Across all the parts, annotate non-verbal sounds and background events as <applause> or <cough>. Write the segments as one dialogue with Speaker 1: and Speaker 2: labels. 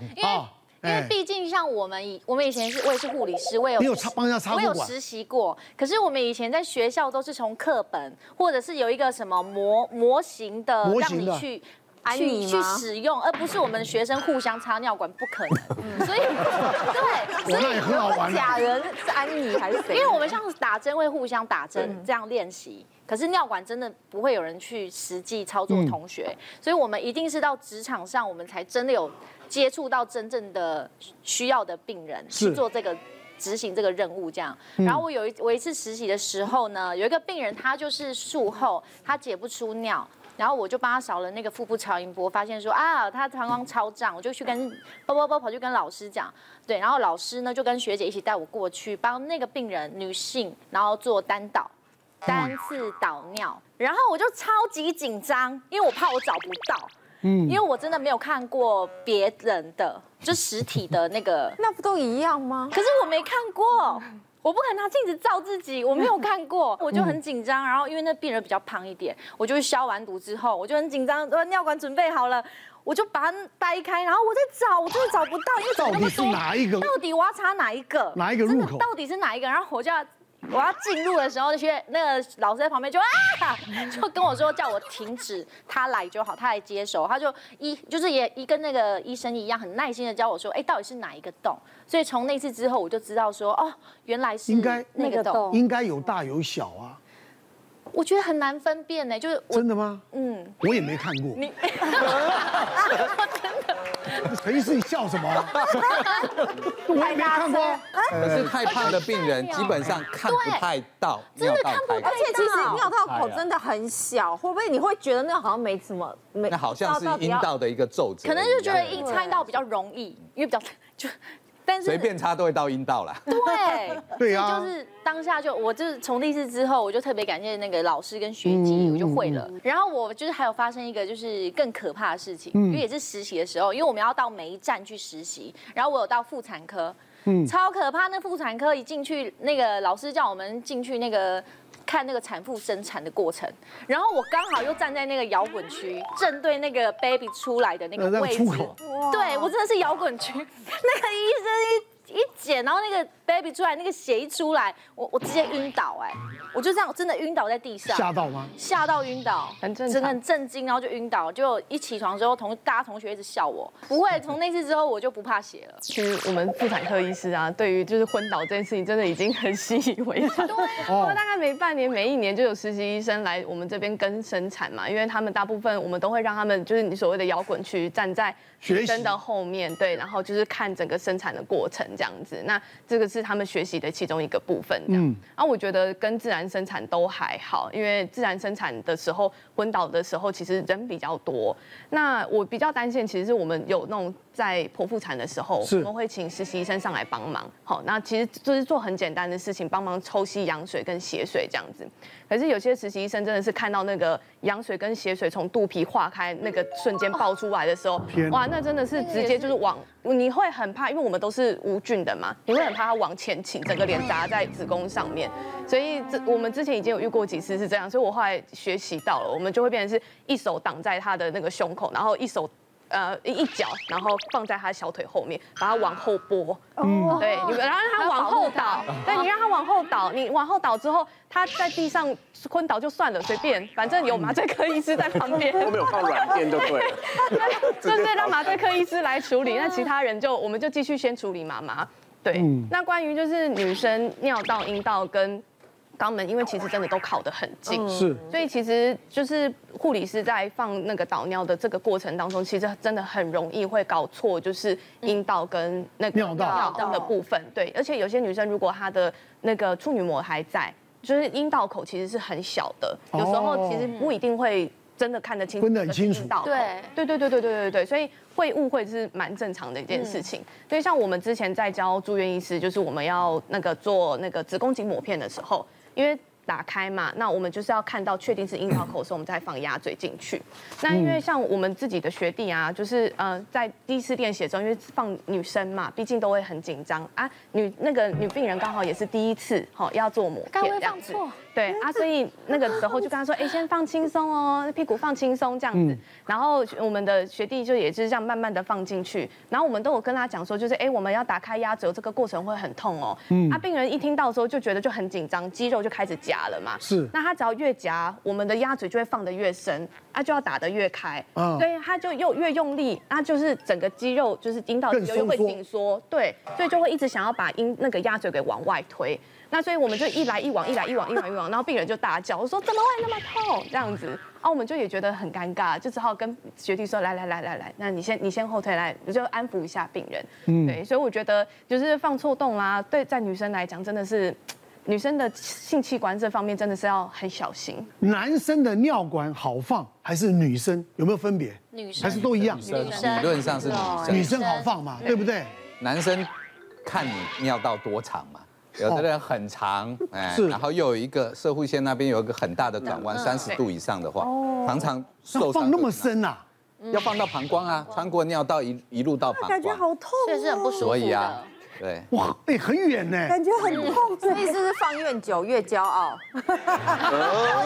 Speaker 1: 因为、
Speaker 2: 哦
Speaker 1: 因为
Speaker 2: 哎
Speaker 1: 毕竟像我们以我们以前是我也是护理师，我也
Speaker 2: 你有插帮人家插啊
Speaker 1: 我
Speaker 2: 过
Speaker 1: 有
Speaker 2: 管
Speaker 1: 实习过。可是我们以前在学校都是从课本，或者是有一个什么模模型的
Speaker 2: 模
Speaker 1: 让
Speaker 2: 型的
Speaker 1: 你去。
Speaker 3: 安
Speaker 1: 去
Speaker 3: 妮
Speaker 1: 去
Speaker 3: 吗
Speaker 1: 使用，而不是我们学生互相插尿管，不可
Speaker 2: <laughs>
Speaker 1: 能。所以，对，所以
Speaker 2: 那也很好
Speaker 3: <laughs>
Speaker 2: 玩啊
Speaker 3: 假人是安妮还是谁？
Speaker 1: 因为我们像打针会互相打
Speaker 2: 嗯
Speaker 1: 针这样练习，可是尿管真的不会有人去实际
Speaker 2: 嗯
Speaker 1: 操作同学，所以我们一定是到职场上，我们才真的有接触到真正的需要的病人
Speaker 2: 是
Speaker 1: 去做这个。执行这个任务这样，然后我有一我一次实习的时候呢，有一个病人他就是术后他解不出尿，然后我就帮他扫了那个腹部超音波，发现说啊，他膀胱超胀，我就去跟呃包包包跑去跟老师讲，对，然后老师呢就跟学姐一起带我过去帮那个病人女性，然后做单导。单次导尿，然后我就超级紧张，因为我怕我找不到，嗯，因为我真的没有看过别人的，就实体的那个
Speaker 3: 那不都一样吗？
Speaker 1: 可是我没看过，我不敢拿镜子照自己，我没有看过，
Speaker 2: 嗯
Speaker 1: 我就很紧张。然后因为那病人比较胖一点，我就消完毒之后，我就很紧张，说尿管准备好了，我就把它掰开，然后我在找，我真的找不到，因为
Speaker 2: 到
Speaker 1: 找那
Speaker 2: 底
Speaker 1: 么
Speaker 2: 是
Speaker 1: 多
Speaker 2: 哪一个？
Speaker 1: 到底我要查哪一个？
Speaker 2: 哪一个入口
Speaker 1: 真的到底是哪一个？然后我就要。我要进入的时候，学那个老师在旁边就啊， <laughs> 就跟我说叫我停止，他来就好，他来接手，他就一就是也一跟那个医生一样，很耐心的教我说，哎、到底是哪一个洞？所以从那次之后，我就知道说，哦，原来是
Speaker 2: 应该
Speaker 1: 那个
Speaker 3: 那个洞
Speaker 1: 洞。
Speaker 2: 应该有大有小啊，
Speaker 1: 我觉得很难分辨呢，就是我
Speaker 2: 真的吗？
Speaker 1: 嗯，
Speaker 2: 我也没看过。
Speaker 1: 你
Speaker 2: <laughs> 陈医师，你笑什么啊？我也没看过啊。
Speaker 3: 哎
Speaker 4: 可是太胖的病人基本上看不太到，
Speaker 1: 哎对
Speaker 4: 尿道
Speaker 1: 真的看不
Speaker 3: 而
Speaker 1: 到
Speaker 3: 且其实尿道
Speaker 4: 哎
Speaker 3: 口
Speaker 4: 呀
Speaker 3: 真哦的很小，会不会你会觉得那好像没什么，没
Speaker 4: 那好像是阴道的一个皱褶一
Speaker 1: 可
Speaker 4: 样，
Speaker 1: 能就觉得一插到比较容易，因为比较就，但是
Speaker 4: 随便插都会到阴道啦。
Speaker 1: 对，
Speaker 2: 对啊
Speaker 1: 所以就是当下就我就是从那次之后，我就特别感谢那个老师跟学姐，
Speaker 2: 嗯
Speaker 1: 我就会了。然后我就是还有发生一个就是更可怕的事情，
Speaker 2: 嗯
Speaker 1: 因为也是实习的时候，因为我们要到每一站去实习，然后我有到妇产科，
Speaker 2: 嗯
Speaker 1: 超可怕。那妇产科一进去，那个老师叫我们进去那个。看那个产妇生产的过程，然后我刚好又站在那个摇滚区，正对那个 baby 出来的那
Speaker 2: 呃那
Speaker 1: 个
Speaker 2: 个
Speaker 1: 位置，
Speaker 2: 出口
Speaker 1: 对我真的是摇滚区， <laughs> 那个医生一一剪，然后那个 baby 出来，那个血一出来，我我直接晕倒哎、我就这样真的晕倒在地上，
Speaker 2: 吓到吗？
Speaker 1: 吓到晕倒，
Speaker 5: 很正常
Speaker 1: 真的很震惊，然后就晕倒，就一起床之后同大家同学一直笑我，不会，从那次之后我就不怕血了，
Speaker 5: 其实我们妇产科医师啊，对于就是昏倒这件事情，真的已经很习以为常。对，我
Speaker 2: 哦
Speaker 5: 们大概每半年、每一年就有实习医生来我们这边跟生产嘛，因为他们大部分我们都会让他们就是你所谓的摇滚区站在
Speaker 2: 学习
Speaker 5: 医生的后面，对，然后就是看整个生产的过程这样子。那这个是他们学习的其中一个部分，这样。
Speaker 2: 嗯
Speaker 5: 啊，我觉得跟自然生产都还好，因为自然生产的时候昏倒的时候其实人比较多。那我比较担心，其实是我们有那种在剖腹产的时候，
Speaker 2: 是
Speaker 5: 我们会请实习医生上来帮忙。好，那其实就是做很简单的事情，帮忙抽吸羊水跟血水这样子。可是有些实习医生真的是看到那个羊水跟血水从肚皮化开，那个瞬间爆出来的时候
Speaker 2: 天，哪
Speaker 5: 哇，啊那真的是直接就是往，你会很怕，因为我们都是无菌的嘛，你会很怕它往前倾，整个脸砸在子宫上面。所以这我们之前已经有遇过几次是这样，所以我后来学习到了，我们就会变成是一手挡在他的那个胸口，然后一手。呃，一一脚，然后放在他小腿后面，把他往后拨，
Speaker 3: 啊嗯
Speaker 5: 对，你然后让他往后倒，对你让他往后倒，你往后倒之后，他在地上昏倒就算了，随便，反正有麻醉科医师在旁边，
Speaker 6: 后面有放软垫就对了。
Speaker 5: <laughs> 就是让麻醉科医师来处理，那其他人就我们就继续先处理妈妈。对，
Speaker 2: 嗯
Speaker 5: 那关于就是女生尿道、阴道跟肛门，因为其实真的都靠得很近，
Speaker 2: 是
Speaker 5: 所以其实就是护理师在放那个导尿的这个过程当中，其实真的很容易会搞错，就是阴道跟那个
Speaker 2: 嗯尿道
Speaker 5: 的部分。对，而且有些女生如果她的那个处女膜还在，就是阴道口其实是很小的，有时候其实不一定会真的看得清，
Speaker 2: 哦分得很清楚
Speaker 5: 阴道口
Speaker 1: 对
Speaker 5: 对对对对对对对，所以会误会是蛮正常的一件
Speaker 1: 嗯
Speaker 5: 事情。所以像我们之前在教住院医师，就是我们要那个做那个子宫颈抹片的时候，因为打开嘛，那我们就是要看到确定是樱桃口的时候，我们再放鸭嘴进去。那因
Speaker 1: 嗯
Speaker 5: 为像我们自己的学弟啊，就是呃在第四遍写中，因为放女生嘛，毕竟都会很紧张啊。女那个女病人刚好也是第一次，好、要做抹
Speaker 1: 该
Speaker 5: 片
Speaker 1: 不会
Speaker 5: 这样子
Speaker 1: 放错。
Speaker 5: 对啊，所以那个时候就跟他说，哎、先放轻松哦，屁股放轻松这样
Speaker 2: 嗯
Speaker 5: 子。然后我们的学弟就也是这样慢慢的放进去，然后我们都有跟他讲说，就是哎、我们要打开压嘴，这个过程会很痛哦。
Speaker 2: 嗯
Speaker 5: 啊，病人一听到之后就觉得就很紧张，肌肉就开始夹了嘛。
Speaker 2: 是
Speaker 5: 那他只要越夹，我们的鸭嘴就会放得越深，啊，就要打得越开。
Speaker 2: 啊
Speaker 5: 所以他就又越用力，那就是整个肌肉就是阴道
Speaker 2: 更
Speaker 5: 肌肉又会
Speaker 2: 收缩
Speaker 5: 紧缩，对，所以就会一直想要把阴那个鸭嘴给往外推。那所以我们就一来一往，一来一往，一来一往，然后病人就大叫，我说怎么会那么痛？这样子，啊，我们就也觉得很尴尬，就只好跟学弟说，来来来来来，那你先你先后退来，我就安抚一下病人。嗯，对，所以我觉得就是放错洞啦，对，在女生来讲真的是。女生的性器官这方面真的是要很小心，
Speaker 2: 男生的尿管好放还是女生有没有分别？
Speaker 1: 女生
Speaker 2: 还是都一样
Speaker 4: 女？
Speaker 1: 生
Speaker 4: 生理论上是
Speaker 2: 女
Speaker 4: 女生，
Speaker 2: 生好放嘛，对不对？
Speaker 4: 男生看你尿道多长嘛。有的人很长，哎
Speaker 2: 是
Speaker 4: 然后又有一个射护线那边有一个很大的转
Speaker 1: 嗯
Speaker 4: 弯，三十度以上的话，哦常常
Speaker 2: 要
Speaker 4: 受伤
Speaker 2: 放那么
Speaker 4: 就很
Speaker 2: 深啊？
Speaker 4: 难，要放到膀胱啊，穿过尿道一一路到膀
Speaker 7: 感觉
Speaker 4: 胱，
Speaker 7: 好痛
Speaker 1: 所以是很不
Speaker 7: 哦，
Speaker 1: 舒服的。
Speaker 4: 所以啊，对，
Speaker 2: 哇，哎，很远呢。
Speaker 7: 感觉很痛，
Speaker 3: 所以是不是放越久越骄傲？因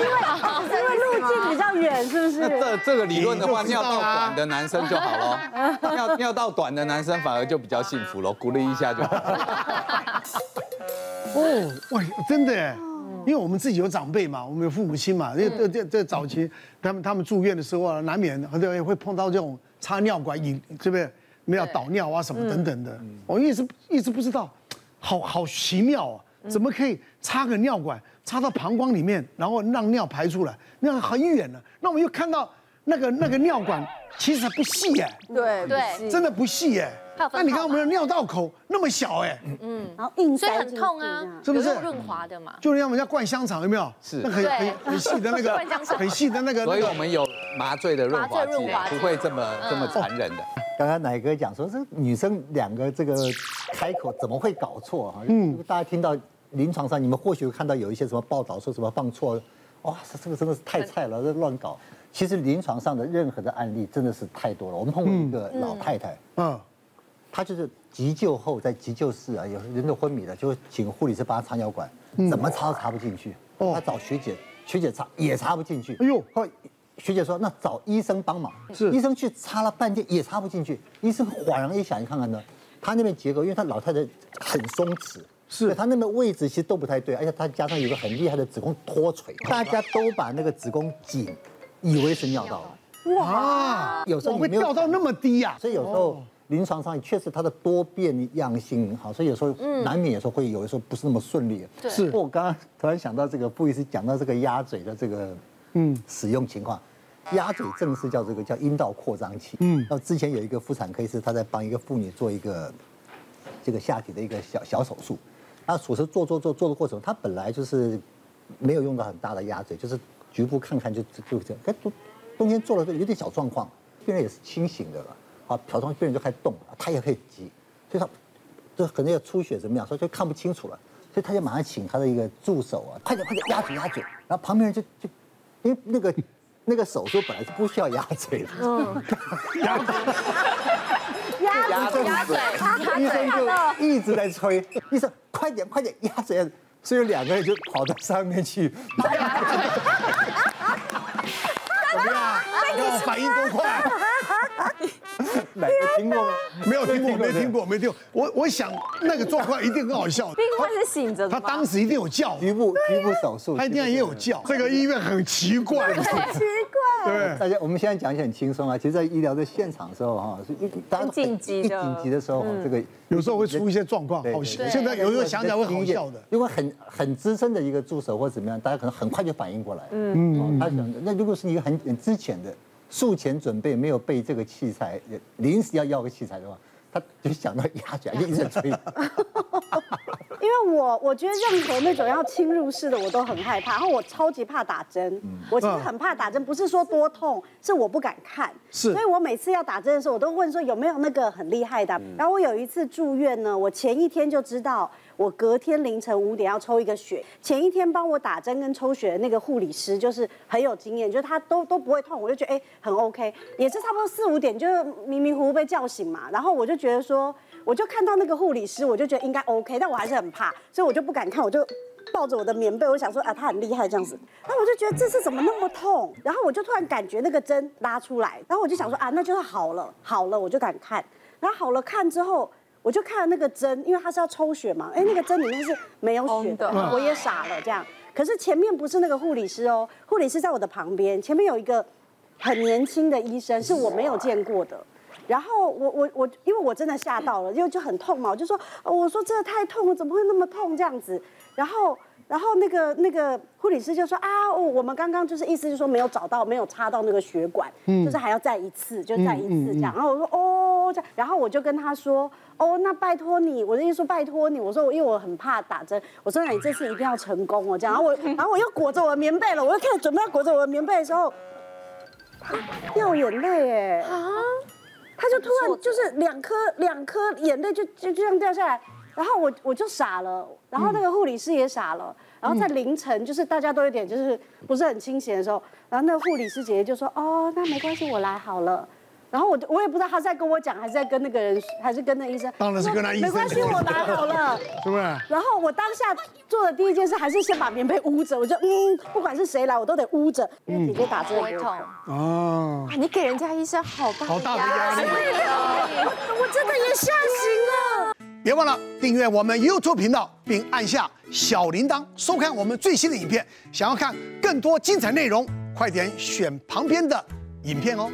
Speaker 3: 为
Speaker 7: 因为路径比较远，是不
Speaker 4: 那
Speaker 7: 是？
Speaker 4: 这这个理论的话，
Speaker 2: 你就知
Speaker 4: 尿
Speaker 2: 道啊啦
Speaker 4: 道短的男生就
Speaker 2: <laughs>
Speaker 4: 好了，尿尿道短的男生反而就比较幸福了，鼓励一下就好了。
Speaker 2: <laughs> 哦，哇，真的耶，
Speaker 1: 嗯
Speaker 2: 因为我们自己有长辈嘛，我们有父母亲嘛，这这这这早期他们他们住院的时候啊，难免很多人会碰到这种插尿管引，对不对？没有导尿啊什么等等的，我一直一直不知道，好好奇妙啊，
Speaker 1: 嗯
Speaker 2: 怎么可以插个尿管插到膀胱里面，然后让尿排出来，那很远呢、啊那我们又看到那个那个尿管其实还不细耶，
Speaker 3: 对
Speaker 1: 对
Speaker 3: 不是
Speaker 2: 真的不细耶。
Speaker 1: 嗯还有分
Speaker 2: 那你看
Speaker 1: 号
Speaker 2: 我
Speaker 1: 码
Speaker 2: 们的尿道口那么小哎，
Speaker 7: 然后硬
Speaker 1: 嗯所以
Speaker 7: 塞
Speaker 1: 很
Speaker 7: 进去
Speaker 1: 痛
Speaker 7: 这
Speaker 1: 啊
Speaker 7: 样，
Speaker 2: 是不是
Speaker 1: 有用润滑的嘛？
Speaker 2: 就像人家灌香肠有没有？
Speaker 4: 是
Speaker 2: 那很
Speaker 1: 对
Speaker 2: 很很细的那
Speaker 1: 灌香
Speaker 2: 个，
Speaker 1: 肠
Speaker 2: 很细的那个。
Speaker 4: 所
Speaker 2: 那
Speaker 4: 以
Speaker 2: 个
Speaker 4: 我们有麻醉的润滑
Speaker 1: 麻醉
Speaker 4: 剂
Speaker 1: 润滑
Speaker 4: 啊，
Speaker 1: 剂
Speaker 4: 不会这么这么残忍的。
Speaker 8: 刚刚奶哥讲说，这女生两个这个开口怎么会搞错啊？嗯，大家听到临床上，你们或许看到有一些什么报道说什么放错，哇，这这个真的是太菜了，这乱搞。其实临床上的任何的案例真的是太多了。我们碰过一个老太太，
Speaker 2: 嗯，
Speaker 8: 她就是急救后在急救室啊，有人都昏迷了，就请护理师帮她插尿管，怎么插都插不进去。
Speaker 2: 嗯哦
Speaker 8: 她找学姐，学姐插也插不进去。
Speaker 2: 哎呦
Speaker 8: 后来学姐说那找医生帮忙，
Speaker 2: 是
Speaker 8: 医生去插了半天也插不进去。医生恍然一想，你看看呢，她那边结构，因为她老太太很松弛。
Speaker 2: 是
Speaker 8: 所以她那边位置其实都不太对，而且她加上有个很厉害的子宫脱垂，大家都把那个子宫紧，以为是尿道了。
Speaker 2: 哇，
Speaker 8: 有时候
Speaker 2: 我
Speaker 8: 你
Speaker 2: 会
Speaker 8: 没有
Speaker 2: 掉到那啊么低呀、哦
Speaker 8: 所以有时候临床上确实它的多变样性好，所以有时候难免有时候会有的时候不是那么顺利。
Speaker 1: 对
Speaker 2: 是
Speaker 8: 不过我刚刚突然想到这个傅医师讲到这个鸭嘴的这个嗯使用情况。鸭嘴正式叫这个叫阴道扩张器。嗯，那之前有一个妇产科医师，他在帮一个妇女做一个这个下体的一个小小手术。那手术做做做做的过程，他本来就是没有用到很大的鸭嘴，就是局部看看就就这样。可中中间做了就有点小状况，病人也是清醒的了，啊，小状病人就开始动了，他也很急，所以他就可能要出血怎么样，所以就看不清楚了，所以他就马上请他的一个助手啊，快点快点压嘴压嘴，然后旁边人就就因为那个。那个手术本来是不需要压嘴的，
Speaker 7: 鸭子，
Speaker 8: 鸭
Speaker 7: 嘴，
Speaker 8: 医生就一直在催，医生快点快点压嘴压嘴，所以有两个人就跑到上面去，
Speaker 2: 怎么
Speaker 8: 啊
Speaker 2: 样？你看我反应多快！
Speaker 8: 哪个听过吗？
Speaker 2: <laughs> 没有听过，没听过，没听过。我我想那个状况一定很好笑，
Speaker 3: 病患是醒着的
Speaker 2: 他
Speaker 3: 吗？
Speaker 2: 当时一定有叫，
Speaker 8: 局部局部手术，
Speaker 2: 他一定也有叫。这个医院很奇怪，
Speaker 7: 奇怪。
Speaker 2: <laughs> 对。
Speaker 8: 大家我们现在讲起来很轻松啊，其实，在医疗的现场的时候哈，是一大家都
Speaker 3: 很紧急
Speaker 8: 一
Speaker 3: 的嗯
Speaker 8: 紧急的时候哈，这个
Speaker 2: 有时候会出一些状况，
Speaker 8: 对
Speaker 2: 好
Speaker 8: 对
Speaker 2: 笑。
Speaker 8: 对
Speaker 2: 现在有时候想起来会好笑的。
Speaker 8: 如果很很资深的一个助手或怎么样，大家可能很快就反应过来。嗯，他想，那如果是一个很很之前的术前准备没有备这个器材，也临时要要个器材的话，他就想到压起来
Speaker 2: <laughs>
Speaker 8: 就一直吹。
Speaker 7: 因为我我觉得任何那种要侵入式的我都很害怕，然后我超级怕打针，我其实很怕打针，不是说多痛，是我不敢看，
Speaker 2: 是
Speaker 7: 所以我每次要打针的时候，我都问说有没有那个很厉害的啊。然后我有一次住院呢，我前一天就知道。我隔天凌晨五点要抽一个血，前一天帮我打针跟抽血的那个护理师就是很有经验，就是他都都不会痛，我就觉得哎、很 OK，也是差不多四五点就迷迷糊糊被叫醒嘛，然后我就觉得说，我就看到那个护理师，我就觉得应该 OK，但我还是很怕，所以我就不敢看，我就。抱着我的棉被，我想说啊，他很厉害这样子。然后我就觉得这次怎么那么痛？然后我就突然感觉那个针拉出来，然后我就想说啊，那就是好了，好了，我就敢看。然后好了看之后，我就看了那个针，因为它是要抽血嘛，哎，那个针里面是没有血的，我也傻了这样。可是前面不是那个护理师哦，护理师在我的旁边，前面有一个很年轻的医生，是我没有见过的。然后我我我，因为我真的吓到了，因为就很痛嘛，我就说，哦我说这个太痛了，怎么会那么痛这样子？然后然后那个那个护理师就说啊，哦，我们刚刚就是意思就是说没有找到，没有插到那个血管，就是还要再一次，就再一次这样。然后我说哦这样，然后我就跟他说。哦，那拜托你，我的意思说拜托你，我说我因为我很怕打针，我说那你这次一定要成功哦，这样，然后我，然后我又裹着我的棉被了，我又开始准备要裹着我的棉被的时候，啊掉眼泪哎，他就突然就是两颗两颗眼泪就就就这样掉下来，然后我我就傻了，然后那个护理师也傻了，然后在凌晨就是大家都有点就是不是很清醒的时候，然后那个护理师姐姐就说哦那没关系我来好了。然后我就我也不知道他在跟我讲，还是在跟那个人，还是跟那医生。哦
Speaker 2: 当然是跟那医生
Speaker 7: 没关系，我来好了。
Speaker 2: <laughs> 是不是？
Speaker 7: 然后我当下做的第一件事还是先把棉被捂着，我就嗯，不管是谁来，我都得捂着，
Speaker 2: 嗯
Speaker 7: 因为姐姐打针也不会痛。
Speaker 2: 哦，
Speaker 3: 你给人家医生好大
Speaker 2: 好大的压力。
Speaker 7: 我真的也吓醒了。
Speaker 2: 别忘了订阅我们 YouTube 频道，并按下小铃铛，收看我们最新的影片。想要看更多精彩内容，快点选旁边的影片哦。